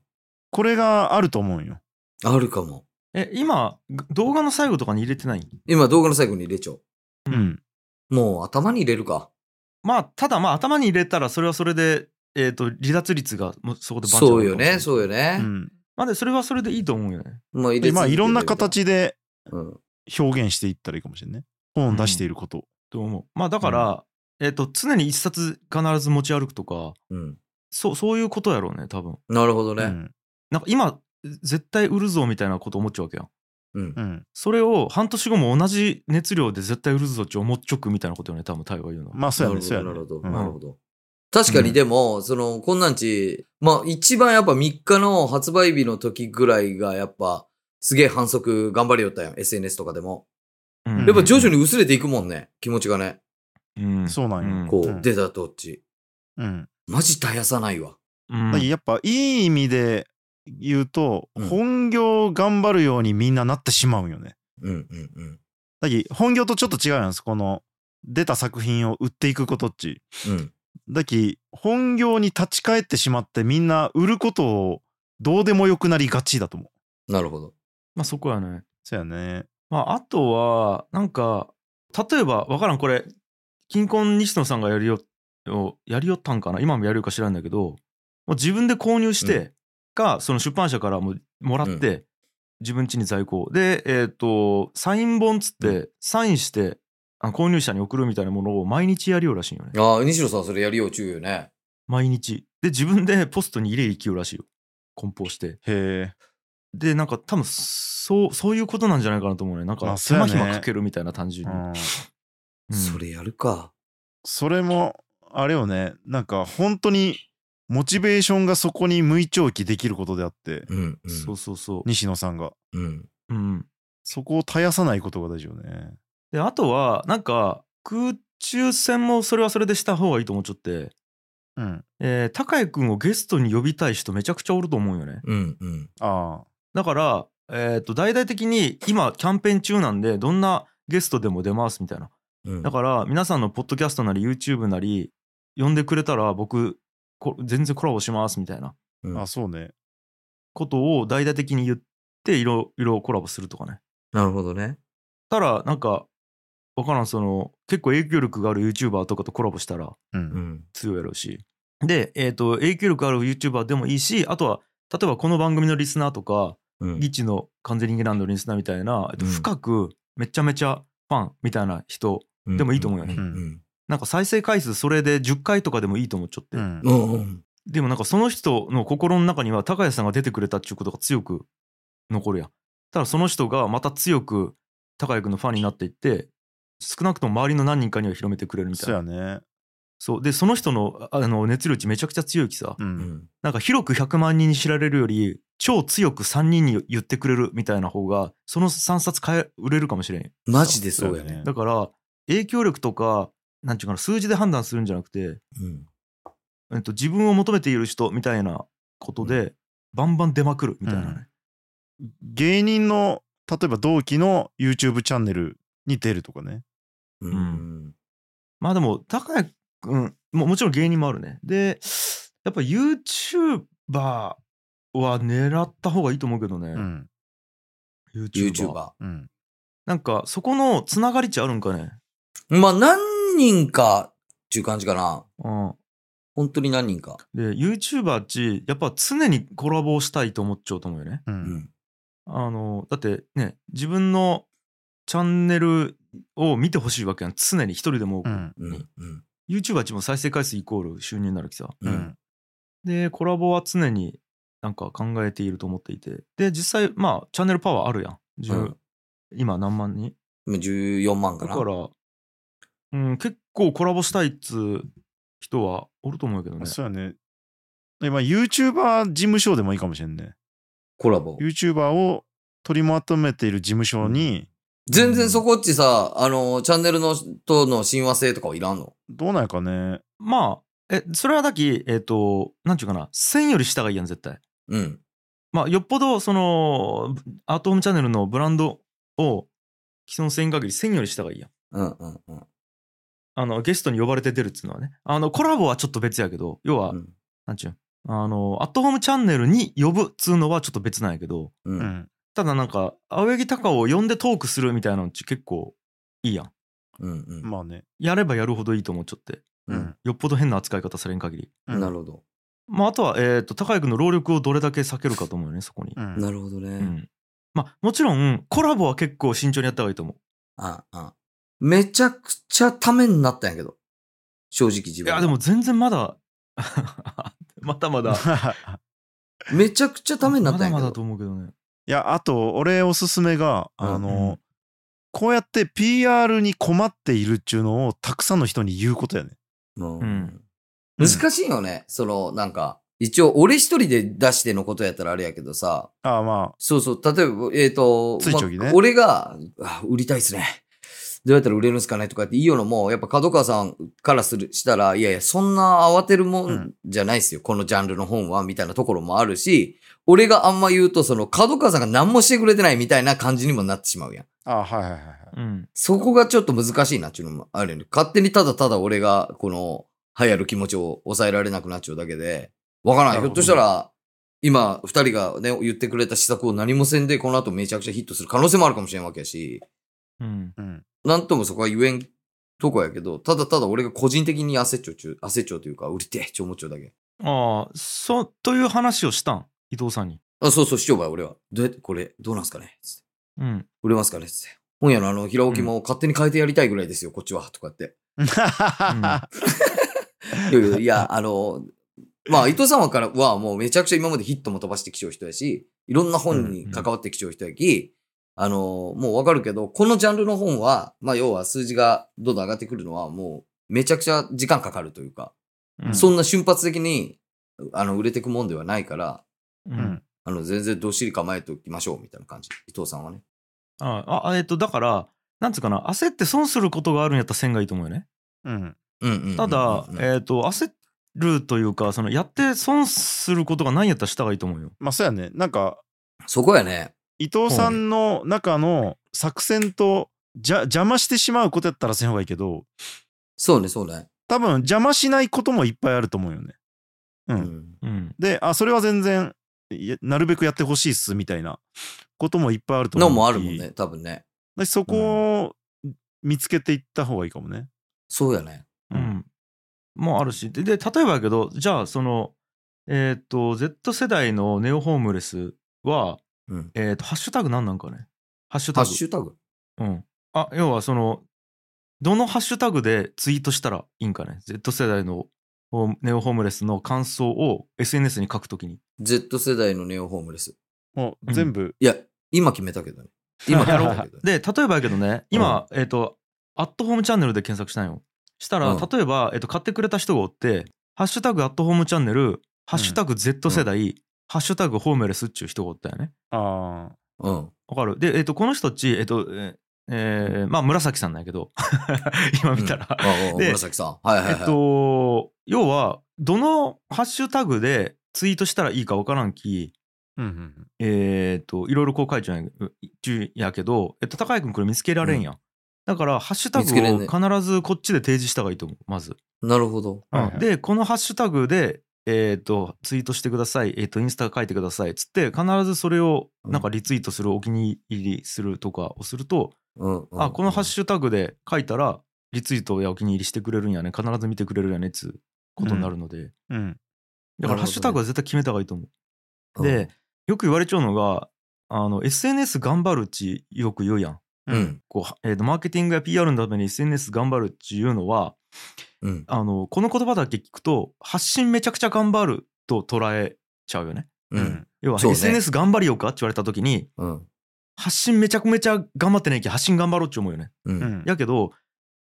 Speaker 2: これがあると思うんよ。
Speaker 3: あるかも。
Speaker 1: え今動画の最後とかに入れてない
Speaker 3: 今動画の最後に入れちゃお
Speaker 1: う
Speaker 2: うんん。
Speaker 3: う。もう頭に入れるか。
Speaker 1: まあただまあ頭に入れたらそれはそれで、えー、と離脱率がもうそこでバンチャン
Speaker 3: そうよね、
Speaker 1: う
Speaker 3: そうよ
Speaker 2: う
Speaker 3: ね。
Speaker 2: ん、
Speaker 1: まあでそれはそれでいいと思うよね
Speaker 3: まあ入れ
Speaker 2: で、まあ、
Speaker 3: 続けて
Speaker 2: いろんな
Speaker 3: れば。
Speaker 2: 形で
Speaker 3: うん。
Speaker 2: 表現していったらいいかもしれないね。本を出していること。
Speaker 1: と思うまあだから、えっ、と常に一冊必ず持ち歩くとか
Speaker 3: うん。
Speaker 1: そうそういうことやろうね多分
Speaker 3: なるほど
Speaker 2: う
Speaker 3: ね。
Speaker 2: ん。
Speaker 1: なんか今絶対売るぞみたいなこと思っちゃうわけやん
Speaker 3: うん
Speaker 2: う。ん。
Speaker 1: それを半年後も同じ熱量で絶対売るぞって思っちょくみたいなことよね多分タイは言うのは、
Speaker 2: まあ、そうやね、そう
Speaker 3: な
Speaker 2: や
Speaker 3: るほど、なるほ。ど。
Speaker 2: ねう
Speaker 3: な
Speaker 2: ん
Speaker 3: るほど。確かにでも、その、こんなんち、まあ一番やっぱ3日の発売日の時ぐらいがやっぱ、すげえ反則頑張りよったやん、SNS とかでも。
Speaker 1: うん
Speaker 3: やっぱ徐々に薄れていくもんね、気持ちがね。
Speaker 1: うん
Speaker 2: そうなんよ
Speaker 1: うん
Speaker 3: こ
Speaker 2: う
Speaker 3: う、
Speaker 2: ん
Speaker 3: 出たとっち。
Speaker 2: うん。
Speaker 3: マジ絶やさないわ。
Speaker 1: うん
Speaker 2: だからやっぱ、いい意味で言うと、
Speaker 3: うん
Speaker 2: 本業を頑張るようにみんななってしまうんよね。
Speaker 3: うんうんうん。
Speaker 2: だから本業とちょっと違うやんす。この、出た作品を売っていくことっち。
Speaker 3: うん。
Speaker 2: だき本業に立ち返ってしまってみんな売ることをどうでもよくなりがちだと思う。
Speaker 3: なるほど。
Speaker 1: まあそこやね
Speaker 2: そうやね。
Speaker 1: まああとはなんか例えばわからんこれ金婚西野さんがやりよをやりよったんかな今もやるか知らんだけどもう自分で購入して、
Speaker 3: う
Speaker 1: かその出版社からももらって、自分家に在庫でえっ、とサイン本つって、
Speaker 3: う
Speaker 1: サインしてあ購入者に送るみたいなものを毎日やりようらしいよね
Speaker 3: ああ、西野さんそれやりようちゅうよね。
Speaker 1: 毎日で自分でポストに入れ生きようらしいよ梱包して
Speaker 2: へえ
Speaker 1: でなんか多分そうそういうことなんじゃないかなと思うねなん
Speaker 2: ま
Speaker 1: か
Speaker 2: あ
Speaker 1: 手
Speaker 2: そうや
Speaker 1: 間
Speaker 2: ね
Speaker 1: 暇かけるみたいな単純に、
Speaker 2: うん
Speaker 1: うん
Speaker 3: それやるか。
Speaker 2: それもあれよねなんか本当にモチベーションがそこに無い長期できることであって
Speaker 3: うん、うん。
Speaker 1: そうそうそ
Speaker 2: 西野さんが
Speaker 3: うん。
Speaker 1: ううん
Speaker 2: そこを絶やさないことが大事よね
Speaker 1: であとはなんか空中戦もそれはそれでした方がいいと思っちゃって、
Speaker 2: うん
Speaker 1: えー、高井君をゲストに呼びたい人めちゃくちゃおると思うよね
Speaker 3: うん、うん。
Speaker 2: あ
Speaker 1: だから、えー、と大々的に今キャンペーン中なんでどんなゲストでも出ますみたいな
Speaker 3: うん、
Speaker 1: だから皆さんのポッドキャストなり YouTube なり呼んでくれたら僕こ全然コラボしますみたいな
Speaker 3: うん
Speaker 2: ああそうね
Speaker 1: ことを大々的に言っていろいろコラボするとかね
Speaker 3: なるほどね。
Speaker 1: たらなんかわからんその結構影響力がある YouTuber とかとコラボしたら
Speaker 2: う
Speaker 3: うんん。
Speaker 1: 強いやろうしで、えー、と影響力ある YouTuber でもいいしあとは例えばこの番組のリスナーとか、
Speaker 3: うん
Speaker 1: リッチの完全人間ランドのリスナーみたいな、えっと、
Speaker 3: うん
Speaker 1: 深くめちゃめちゃファンみたいな人、でもいいと思うよね
Speaker 3: うん。
Speaker 1: なんか再生回数それで10回とかでもいいと思っちゃって、
Speaker 2: うん
Speaker 3: うんうんうん。
Speaker 1: でもなんかその人の心の中には高谷さんが出てくれたっていうことが強く残るやんただその人がまた強く高谷君のファンになっていって少なくとも周りの何人かには広めてくれるみたい
Speaker 2: そう
Speaker 1: な
Speaker 2: やね
Speaker 1: そうでその人のああの熱量値めちゃくちゃ強いきさ、
Speaker 2: う
Speaker 3: うんん。
Speaker 1: なんか広く100万人に知られるより超強く3人に言ってくれるみたいな方がその3冊買え売れるかもしれん
Speaker 3: マジでそうやね。
Speaker 1: だから影響力とかなんていうかな数字で判断するんじゃなくて、
Speaker 3: うん。
Speaker 1: えっと、自分を求めている人みたいなことで、バンバン出まくるみたいなね、
Speaker 2: 芸人の例えば同期の YouTube チャンネルに出るとかね
Speaker 3: うん。
Speaker 1: まあでも高谷君ももちろん芸人もあるねでやっぱ YouTuber は狙った方がいいと思うけどね、
Speaker 2: うん
Speaker 1: ユーチューバー
Speaker 3: YouTuber。
Speaker 2: うん
Speaker 1: なんかそこのつながり値あるんかね
Speaker 3: まあ、何人かっていう感じかな。
Speaker 1: うん
Speaker 3: 本当に何人か。
Speaker 1: で YouTuber っちやっぱ常にコラボしたいと思っちゃうと思うよね。
Speaker 2: う
Speaker 3: うんん。
Speaker 1: あのだってね自分のチャンネルを見てほしいわけやん常に一人でも多く、
Speaker 2: うん
Speaker 3: うん。うん。
Speaker 1: YouTuber っちも再生回数イコール収入になるきさ
Speaker 2: う
Speaker 3: うんん
Speaker 1: でコラボは常になんか考えていると思っていてで実際まあチャンネルパワーあるやん、十
Speaker 3: うん
Speaker 1: 今何万人
Speaker 3: 今14万か
Speaker 1: だ
Speaker 3: な。
Speaker 1: から、うん、結構コラボしたいっつう人はおると思うけどね
Speaker 2: そうやね今 YouTuber 事務所でもいいかもしれんね
Speaker 3: コラボ。
Speaker 2: YouTuber を取りまとめている事務所に
Speaker 3: 全然そこっちさ、あの、チャンネルのとの親和性とかはいらんの
Speaker 2: どうなんやかね
Speaker 1: まあえそれはだきえっ、となんちゅうかな1000より下がいいやん絶対
Speaker 3: うん。
Speaker 1: まあよっぽどそのアートホームチャンネルのブランドを既存1000円限り1000より下がいいやん
Speaker 3: うんうんうん。
Speaker 1: あのゲストに呼ばれて出るっつうのはねあのコラボはちょっと別やけど要は、
Speaker 3: うん
Speaker 1: なんちゅうあのアットホームチャンネルに呼ぶっつうのはちょっと別なんやけど
Speaker 3: う。
Speaker 2: うんん
Speaker 1: ただなんか青柳高を呼んでトークするみたいなのっち結構いいやん
Speaker 3: うんうん。
Speaker 2: まあね
Speaker 1: やればやるほどいいと思っちゃって
Speaker 3: うん。
Speaker 1: よっぽど変な扱い方されん限り
Speaker 2: うん
Speaker 3: なるほど。
Speaker 1: まああとは、えー、と高井君の労力をどれだけ避けるかと思うよねそこに
Speaker 2: うん
Speaker 3: なるほど
Speaker 1: う
Speaker 3: ね。
Speaker 1: ん、まあもちろんコラボは結構慎重にやった方がいいと思う
Speaker 3: ああ。めちゃくちゃためになったんやけど。正直自
Speaker 1: い
Speaker 3: 分は。
Speaker 1: やでも全然まだ まだまだ
Speaker 3: めちゃくちゃためになっ
Speaker 1: ま
Speaker 3: た
Speaker 1: だ
Speaker 3: んや
Speaker 1: ま
Speaker 3: け
Speaker 1: だ
Speaker 3: ど
Speaker 1: と。思うけどね
Speaker 2: いやあと俺おすすめがあの、
Speaker 1: うん
Speaker 2: こうやって PR に困っているっちゅうのをたくさんの人に言うことやね
Speaker 3: うん
Speaker 1: うん
Speaker 3: 難しいよね。その、なんか、一応俺一人で出してのことやったらあれやけどさ、
Speaker 2: ああま
Speaker 3: そうそう、例えば、えっ、と、
Speaker 2: ついちょぎね
Speaker 3: まあ俺が、あ売りたいっすね。どうやったら売れるんですかねとかって言いようのも、やっぱ角川さんからする、したら、いやいや、そんな慌てるも
Speaker 2: うんん
Speaker 3: じゃないっすよ。このジャンルの本は、みたいなところもあるし、俺があんま言うと、その角川さんが何もしてくれてないみたいな感じにもなってしまうやん。
Speaker 2: ああはいはいはいはい
Speaker 1: うん
Speaker 3: そこがちょっと難しいなっていうのもあるよね。勝手にただただ俺が、この、流行る気持ちを抑えられなくなっちゃうだけで、わからな。
Speaker 2: ない
Speaker 3: ひ
Speaker 2: るほ
Speaker 3: ょっと
Speaker 2: ど
Speaker 3: したら、今、二人がね、言ってくれた施策を何もせんで、この後めちゃくちゃヒットする可能性もあるかもしれんわけやし、
Speaker 1: うん
Speaker 2: うん
Speaker 3: なんともそこは言えんとこやけど、ただただ俺が個人的に焦っちゃうちゅう、焦っちゃうというか、売りてえって思っちゃうだけ。
Speaker 1: ああそうという話をしたん伊藤さんに
Speaker 3: あ、そうそう、市長ばい俺は。どうやって、これ、どうなんすかねつって
Speaker 1: うん
Speaker 3: 売れますかねつって。本屋のあの、平置きも勝手に変えてやりたいぐらいですよ、こっちは。とかって。いやいや、いや、あの、まあ、伊藤様からはもうめちゃくちゃ今までヒットも飛ばしてきちゃう人やし、いろんな本に関わってきちゃう人やき、あのー、もうわかるけど、このジャンルの本は、まあ、要は数字がどんどん上がってくるのは、もうめちゃくちゃ時間かかるというか、
Speaker 1: うん
Speaker 3: そんな瞬発的に、あの、売れてくもんではないから、
Speaker 1: う
Speaker 2: うんん、
Speaker 3: あの、全然どっしり構えておきましょう、みたいな感じ。伊藤さんはね。
Speaker 1: ああえっとだからなんつうかな焦って損することがあるんやったら線がいいと思うよね
Speaker 2: うん、
Speaker 3: うんうんうんうんうん
Speaker 1: ただ、えっと焦るというかそのやって損することがないんやったらしたがいいと思うよ
Speaker 2: まあそうやねなんか
Speaker 3: そこやね。
Speaker 2: 伊藤さんの中の作戦とじゃ邪魔してしまうことやったらせん方がいいけど
Speaker 3: そうね、そうね。
Speaker 2: 多分邪魔しないこともいっぱいあると思うよね。うん
Speaker 3: うん。
Speaker 1: うん
Speaker 2: であそれは全然いやなるべくやってほしいっすみたいなこともいっぱいあると思う
Speaker 3: の
Speaker 2: し
Speaker 3: もあるもんね、多分ね。
Speaker 2: だしそこを見つけていった方がいいかもね。
Speaker 3: そうやね。
Speaker 1: うん、もうあるしでで例えばやけどじゃあそのえっ、と Z 世代のネオホームレスは
Speaker 3: うん。
Speaker 1: えっ、とハッシュタグ何なんかねハッシュタ
Speaker 3: ハッ
Speaker 1: グ
Speaker 3: シュタグ。
Speaker 1: うん、あ要はそのどのハッシュタグでツイートしたらいいんかね Z 世代のホームネオホームレスの感想を SNS に書くときに
Speaker 3: Z 世代のネオホームレス。
Speaker 2: も
Speaker 1: う
Speaker 2: うん全部、
Speaker 3: いや、今決めたけ どね。今決めたけどね。
Speaker 1: で例えばやけどね今、えっ、とアットホームチャンネルで検索したんよしたら、
Speaker 3: うん
Speaker 1: 例えば、えっと買ってくれた人がおって「ハッシュタグアットホームチャンネル」「ハッシュタグ Z 世代」ハッシュタグホームレス」っちゅう人がおったよね
Speaker 2: ああ
Speaker 3: うん。
Speaker 1: わかるで、えっとこの人っちえっ、とえーえーまあ紫さんなんやけど 今 見たら、
Speaker 3: うん。あああ
Speaker 1: で
Speaker 3: 紫さん。はいはい
Speaker 1: え
Speaker 3: はい。
Speaker 1: っと、要は、どのハッシュタグでツイートしたらいいかわからんき、
Speaker 2: うんうん
Speaker 1: えっと、いろいろこう書いちゃうんや中やけど、えっと、高井君これ見つけられんやん。だから、ハッシュタ
Speaker 3: 見つけれんね
Speaker 1: グを必ずこっちで提示した方がいいと思う、まず。
Speaker 3: なるほど。
Speaker 2: はいはい
Speaker 1: で、このハッシュタグで、えっと、ツイートしてください、えっと、インスタ書いてください、つって、必ずそれを、なんかリツイートする、お気に入りするとかをすると、
Speaker 3: うん、
Speaker 1: あ、このハッ
Speaker 3: ュ
Speaker 1: シュタグで書いたら、リツイートやお気に入りしてくれるんやね、必ず見てくれるんやね、つうことになるので。
Speaker 2: うん
Speaker 1: だから
Speaker 3: なるほどね
Speaker 1: ハッシュタグは絶対決めた方がいいと思う。で、、よく言われちゃうのが、あの、SNS 頑張るっちよく言うやん。
Speaker 3: うん。うん。
Speaker 1: こう、えーと、マーケティングや PR のために SNS 頑張るっちいうのは、
Speaker 3: うん。
Speaker 1: あの、この言葉だけ聞くと、発信めちゃくちゃ頑張ると捉えちゃうよね。
Speaker 2: う
Speaker 3: うんん。
Speaker 1: 要は、
Speaker 3: そうね
Speaker 1: SNS 頑張りよかって言われた時に、
Speaker 3: うん。
Speaker 1: 発信めちゃくめちゃ頑張ってないき発信頑張ろうって思うよね。
Speaker 3: う。
Speaker 2: うんん
Speaker 1: やけど、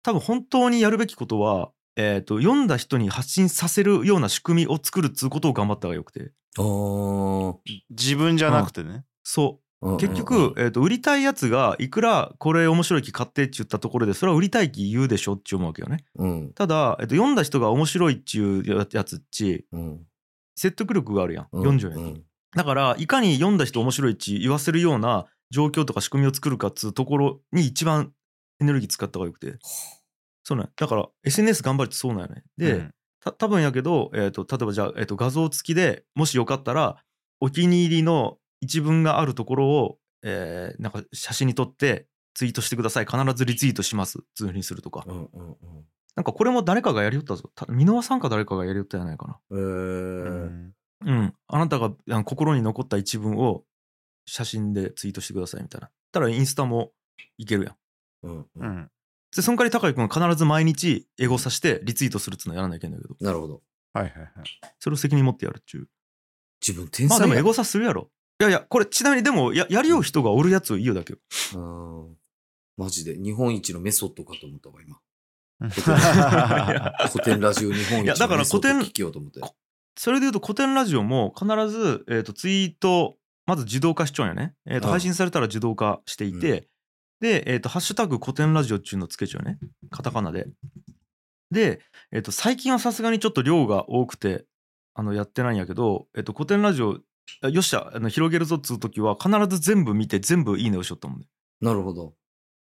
Speaker 1: 多分本当にやるべきことは、えっ、と、読んだ人に発信させるような仕組みを作るっつうことを頑張った方がよくて。
Speaker 3: おー
Speaker 2: 自分じゃなくてね。
Speaker 1: そう。
Speaker 3: うんうん
Speaker 1: 結局、えー、と売りたいやつがいくらこれ面白い木買ってって言ったところでそれは売りたい木言うでしょって思うわけよね
Speaker 3: うん。
Speaker 1: ただ、えー、と読んだ人が面白いっていうやつっち
Speaker 3: うん。
Speaker 1: 説得力があるやん、
Speaker 3: うん
Speaker 1: 読んじゃうやん、
Speaker 3: うん
Speaker 1: だからいかに読んだ人面白いっち言わせるような状況とか仕組みを作るかっつうところに一番エネルギー使った方がよくてそうなんやだから SNS 頑張るってそうなんやねで、
Speaker 2: うん
Speaker 1: た多分やけど、えー、と例えばじゃあ、えー、と画像付きでもしよかったらお気に入りの一文があるところを、えーなんか写真に撮ってツイートしてください必ずリツイートしますツールにするとか、
Speaker 3: うんうんうん。
Speaker 1: なんかこれも誰かがやりよったぞた箕輪さんか誰かがやりよったんじゃないか
Speaker 3: えー
Speaker 2: ん
Speaker 1: なうんあなたがあの心に残った一文を写真でツイートしてくださいみたいなたらインスタもいけるやん
Speaker 3: うんう
Speaker 2: うんん
Speaker 1: でそんかり高井君は必ず毎日エゴさしてリツイートするっつうのやらないけんだけど
Speaker 3: なるほど。
Speaker 2: はいはいはい。
Speaker 1: それを責任持ってやるっちゅう
Speaker 3: 自分天
Speaker 1: まあ
Speaker 3: 才
Speaker 1: で
Speaker 3: や
Speaker 1: もエゴサするやろ。いやいや、これちなみにでもややりよう人がおるやつを言うだけよ。
Speaker 3: うんマジで日本一のメソッドかと思ったわ、 今。古典ラジオ日本一
Speaker 1: いやだ
Speaker 3: の
Speaker 1: から
Speaker 3: メソッ
Speaker 1: 古
Speaker 3: ド
Speaker 1: 典
Speaker 3: 聞きようと思って。
Speaker 1: それで言うと古典ラジオも必ず、えー、とツイート、まず自動化しちゃうんやね。えーと
Speaker 3: うん
Speaker 1: 配信されたら自動化していて、で、えーと、ハッシュタグ古典ラジオっていうのつけちゃうよね。カタカナで。で、えー、と最近はさすがにちょっと量が多くてあのやってないんやけど、えー、と古典ラジオ、あよっしゃ、あの広げるぞっつう時は必ず全部見て全部いいねをしよったもんね。
Speaker 3: なるほど。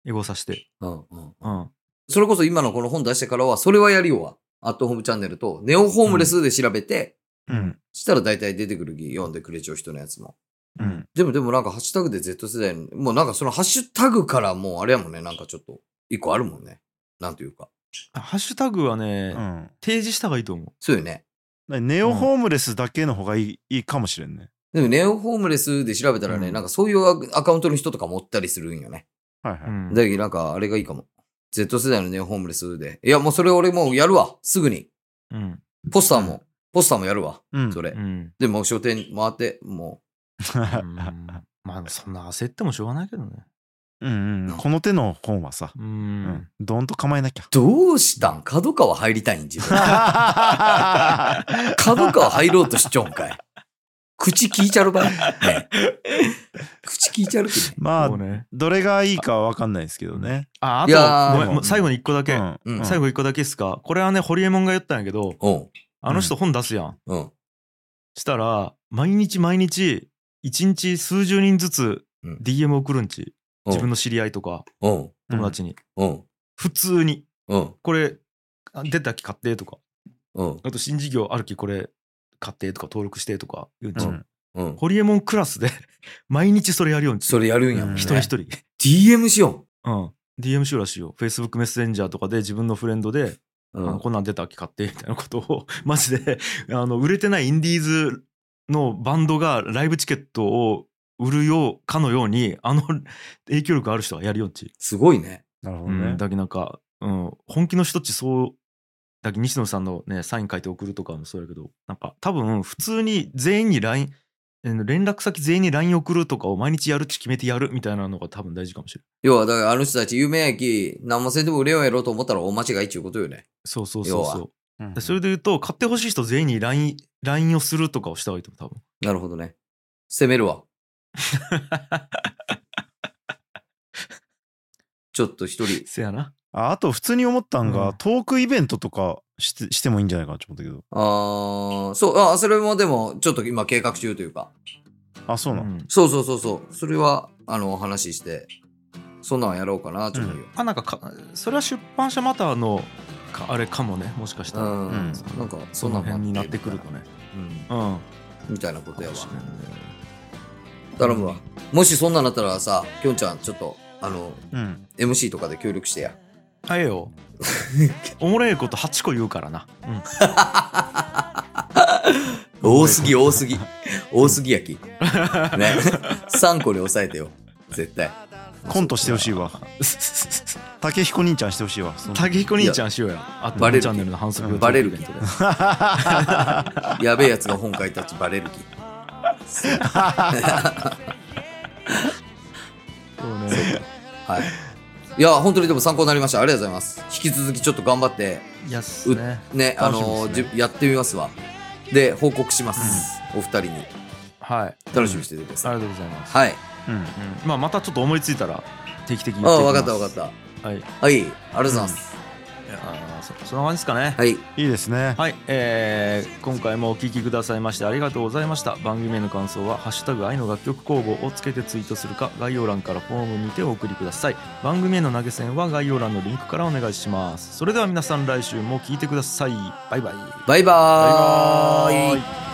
Speaker 1: エゴさして。
Speaker 3: うんうん
Speaker 1: うん。
Speaker 3: それこそ今のこの本出してからは、それはやりようわ。アットホームチャンネルと、ネオホームレスで調べて、
Speaker 2: うん
Speaker 3: したら大体出てくる気読んでくれちゃう人のやつも。
Speaker 2: うん
Speaker 3: でもでもなんかハッシュタグで Z 世代の、もうなんかそのハッシュタグからもうあれやもんね、なんかちょっと、一個あるもんね。なんというか。
Speaker 1: あハッシュタグはね、
Speaker 2: うん
Speaker 1: 提示した方がいいと思う。
Speaker 3: そうよね。
Speaker 2: だからネオホームレスだけの方がいいいいかもしれんね。
Speaker 3: でもネオホームレスで調べたらね、
Speaker 1: うん
Speaker 3: なんかそういうアアカウントの人とか持ったりするんよね。
Speaker 2: はいは
Speaker 1: う
Speaker 2: い。
Speaker 1: ん
Speaker 3: だけどなんかあれがいいかも。Z 世代のネオホームレスで。いやもうそれ俺もうやるわ。すぐに。
Speaker 1: うん
Speaker 3: ポスターも、ポスターもやるわ。
Speaker 2: うん
Speaker 3: それ。
Speaker 1: うん
Speaker 3: で、もう書店回って、も
Speaker 1: うんまあそんな焦ってもしょうがないけどね。
Speaker 2: うんうんこの手の本はさ、
Speaker 1: う
Speaker 2: うんん、どんと構えなきゃ
Speaker 3: う、どうしたん角川入りたいん自 分。
Speaker 2: あ
Speaker 3: 角川入ろうとしちょんかい。口聞いちゃるばい。ね、口聞いちゃるけね。
Speaker 2: まあ
Speaker 1: そうね。
Speaker 2: どれがいいかは分かんないですけどね、
Speaker 1: あ
Speaker 3: い
Speaker 1: あ
Speaker 3: やー
Speaker 1: とごめんもう最後に一個だ
Speaker 2: う
Speaker 1: け、
Speaker 2: ん
Speaker 3: うん
Speaker 1: 最後一個だけっすかこれはねホリエモンが言ったんやけど
Speaker 3: おう
Speaker 1: あの人本出すやん、
Speaker 3: うん。
Speaker 1: したら毎日毎日一日数十人ずつ
Speaker 3: うん
Speaker 1: DM 送るんち、
Speaker 3: うん。
Speaker 1: 自分の知り合いとか
Speaker 3: うん。
Speaker 1: 友達に、
Speaker 3: うん。
Speaker 1: 普通に
Speaker 3: うん。
Speaker 1: これあ出たき買ってとか
Speaker 3: うん。
Speaker 1: あと新事業あるきこれ買ってとか登録してとか言うんち、
Speaker 2: うん
Speaker 3: うん。
Speaker 1: ホリエモンクラスで 毎日それやるようんち
Speaker 3: それやるんやもん、
Speaker 2: うん
Speaker 1: 一人一人、
Speaker 3: DM しよ
Speaker 1: うん、DM しようらしいよ Facebook メッセンジャーとかで自分のフレンドで
Speaker 3: う。
Speaker 1: あ
Speaker 3: う
Speaker 1: の
Speaker 3: ん。
Speaker 1: こんなん出たき買ってみたいなことを マジであの売れてないインディーズのバンドがライブチケットを売るようかのようにあの影響力ある人はやるよっち、
Speaker 3: すごいね。
Speaker 2: なるほ
Speaker 1: う
Speaker 2: どね、
Speaker 1: ん、だけなんか、うん、本気の人っちそうだけ西野さんのねサイン書いて送るとかもそうやけどなんか多分普通に全員に LINE えー連絡先全員に LINE 送るとかを毎日やるっち決めてやるみたいなのが多分大事かもしれない
Speaker 3: 要は、だからあの人たち有名やき、何もせんでも売れようやろうと思ったら大間違いっちゅうことよね。
Speaker 1: そうそうそう
Speaker 3: 要
Speaker 1: そ
Speaker 2: うん
Speaker 1: うそれで言うと買ってほしい人全員に LINE, LINE をするとかをした方がいいと思う多分
Speaker 3: なるほどね。攻め るわ。ちょっと一人。
Speaker 1: せやな
Speaker 2: ああと普通に思ったんが、
Speaker 1: うん
Speaker 2: トークイベントとかしてしてもいいんじゃないかなと思ったけど
Speaker 3: ああ、そう、あそれもでも、ちょっと今計画中というか。
Speaker 2: あそうなの、
Speaker 1: ん
Speaker 3: そうそうそうそう。それは、あの、お話しして、そんなんやろうかな、ちょっと。
Speaker 1: あなんかかそれは出版社マターのかあれかもねもしかした
Speaker 3: う
Speaker 1: ら、
Speaker 3: ん。
Speaker 2: うん
Speaker 3: なんか、
Speaker 1: そ
Speaker 3: そん
Speaker 1: の
Speaker 3: なんもあ
Speaker 1: 辺になってくるとね
Speaker 3: うん。
Speaker 1: うん
Speaker 3: みたいなことやわ。
Speaker 1: かもしれんね
Speaker 3: 頼むわ。もしそんなんなったらさ、きょんちゃん、ちょっと、あの、
Speaker 2: うん、
Speaker 3: MC とかで協力してや。
Speaker 1: あええよ おもれえこと8個言うからな、うん、
Speaker 3: 多すぎ、 多すぎ。多すぎやき。ね。3個に抑えてよ。絶対。
Speaker 2: コントしてほしいわ竹彦兄ちゃんしてほしいわその
Speaker 1: 竹彦兄ちゃんしようやあと
Speaker 3: バレる
Speaker 1: チャンネルの反則
Speaker 2: うん
Speaker 3: バレる
Speaker 1: け
Speaker 3: け
Speaker 1: ど
Speaker 3: どやべえやつが本書いたっちバレるき。
Speaker 1: そうね
Speaker 3: はい。いや、本当にでも参考になりました。ありがとうございます。引き続きちょっと頑張って、
Speaker 1: いやっすね
Speaker 3: ね、あ
Speaker 2: 楽しみ
Speaker 3: の、
Speaker 2: ですね
Speaker 3: じゅやってみますわ。で、報告します。お二人に。
Speaker 1: はいあり
Speaker 3: 楽しみにしててください。
Speaker 1: がとうございます、
Speaker 3: はい。
Speaker 2: うん
Speaker 1: うんまあまたちょっと思いついたら定期的に
Speaker 3: あ
Speaker 1: 言
Speaker 3: あ、
Speaker 1: ていきます
Speaker 3: わかったわかった。
Speaker 1: たはい
Speaker 3: はい。ありがとうございます。
Speaker 1: あーそそんな感じですかね
Speaker 3: はい。
Speaker 2: いいですね
Speaker 1: はい、えー今回もお聴きくださいましてありがとうございました番組への感想は「ハッシュタグ愛の楽曲工房」をつけてツイートするか概要欄からフォームにてお送りください番組への投げ銭は概要欄のリンクからお願いしますそれでは皆さん来週も聴いてくださいバイバイ
Speaker 3: バイバーイ。
Speaker 2: イ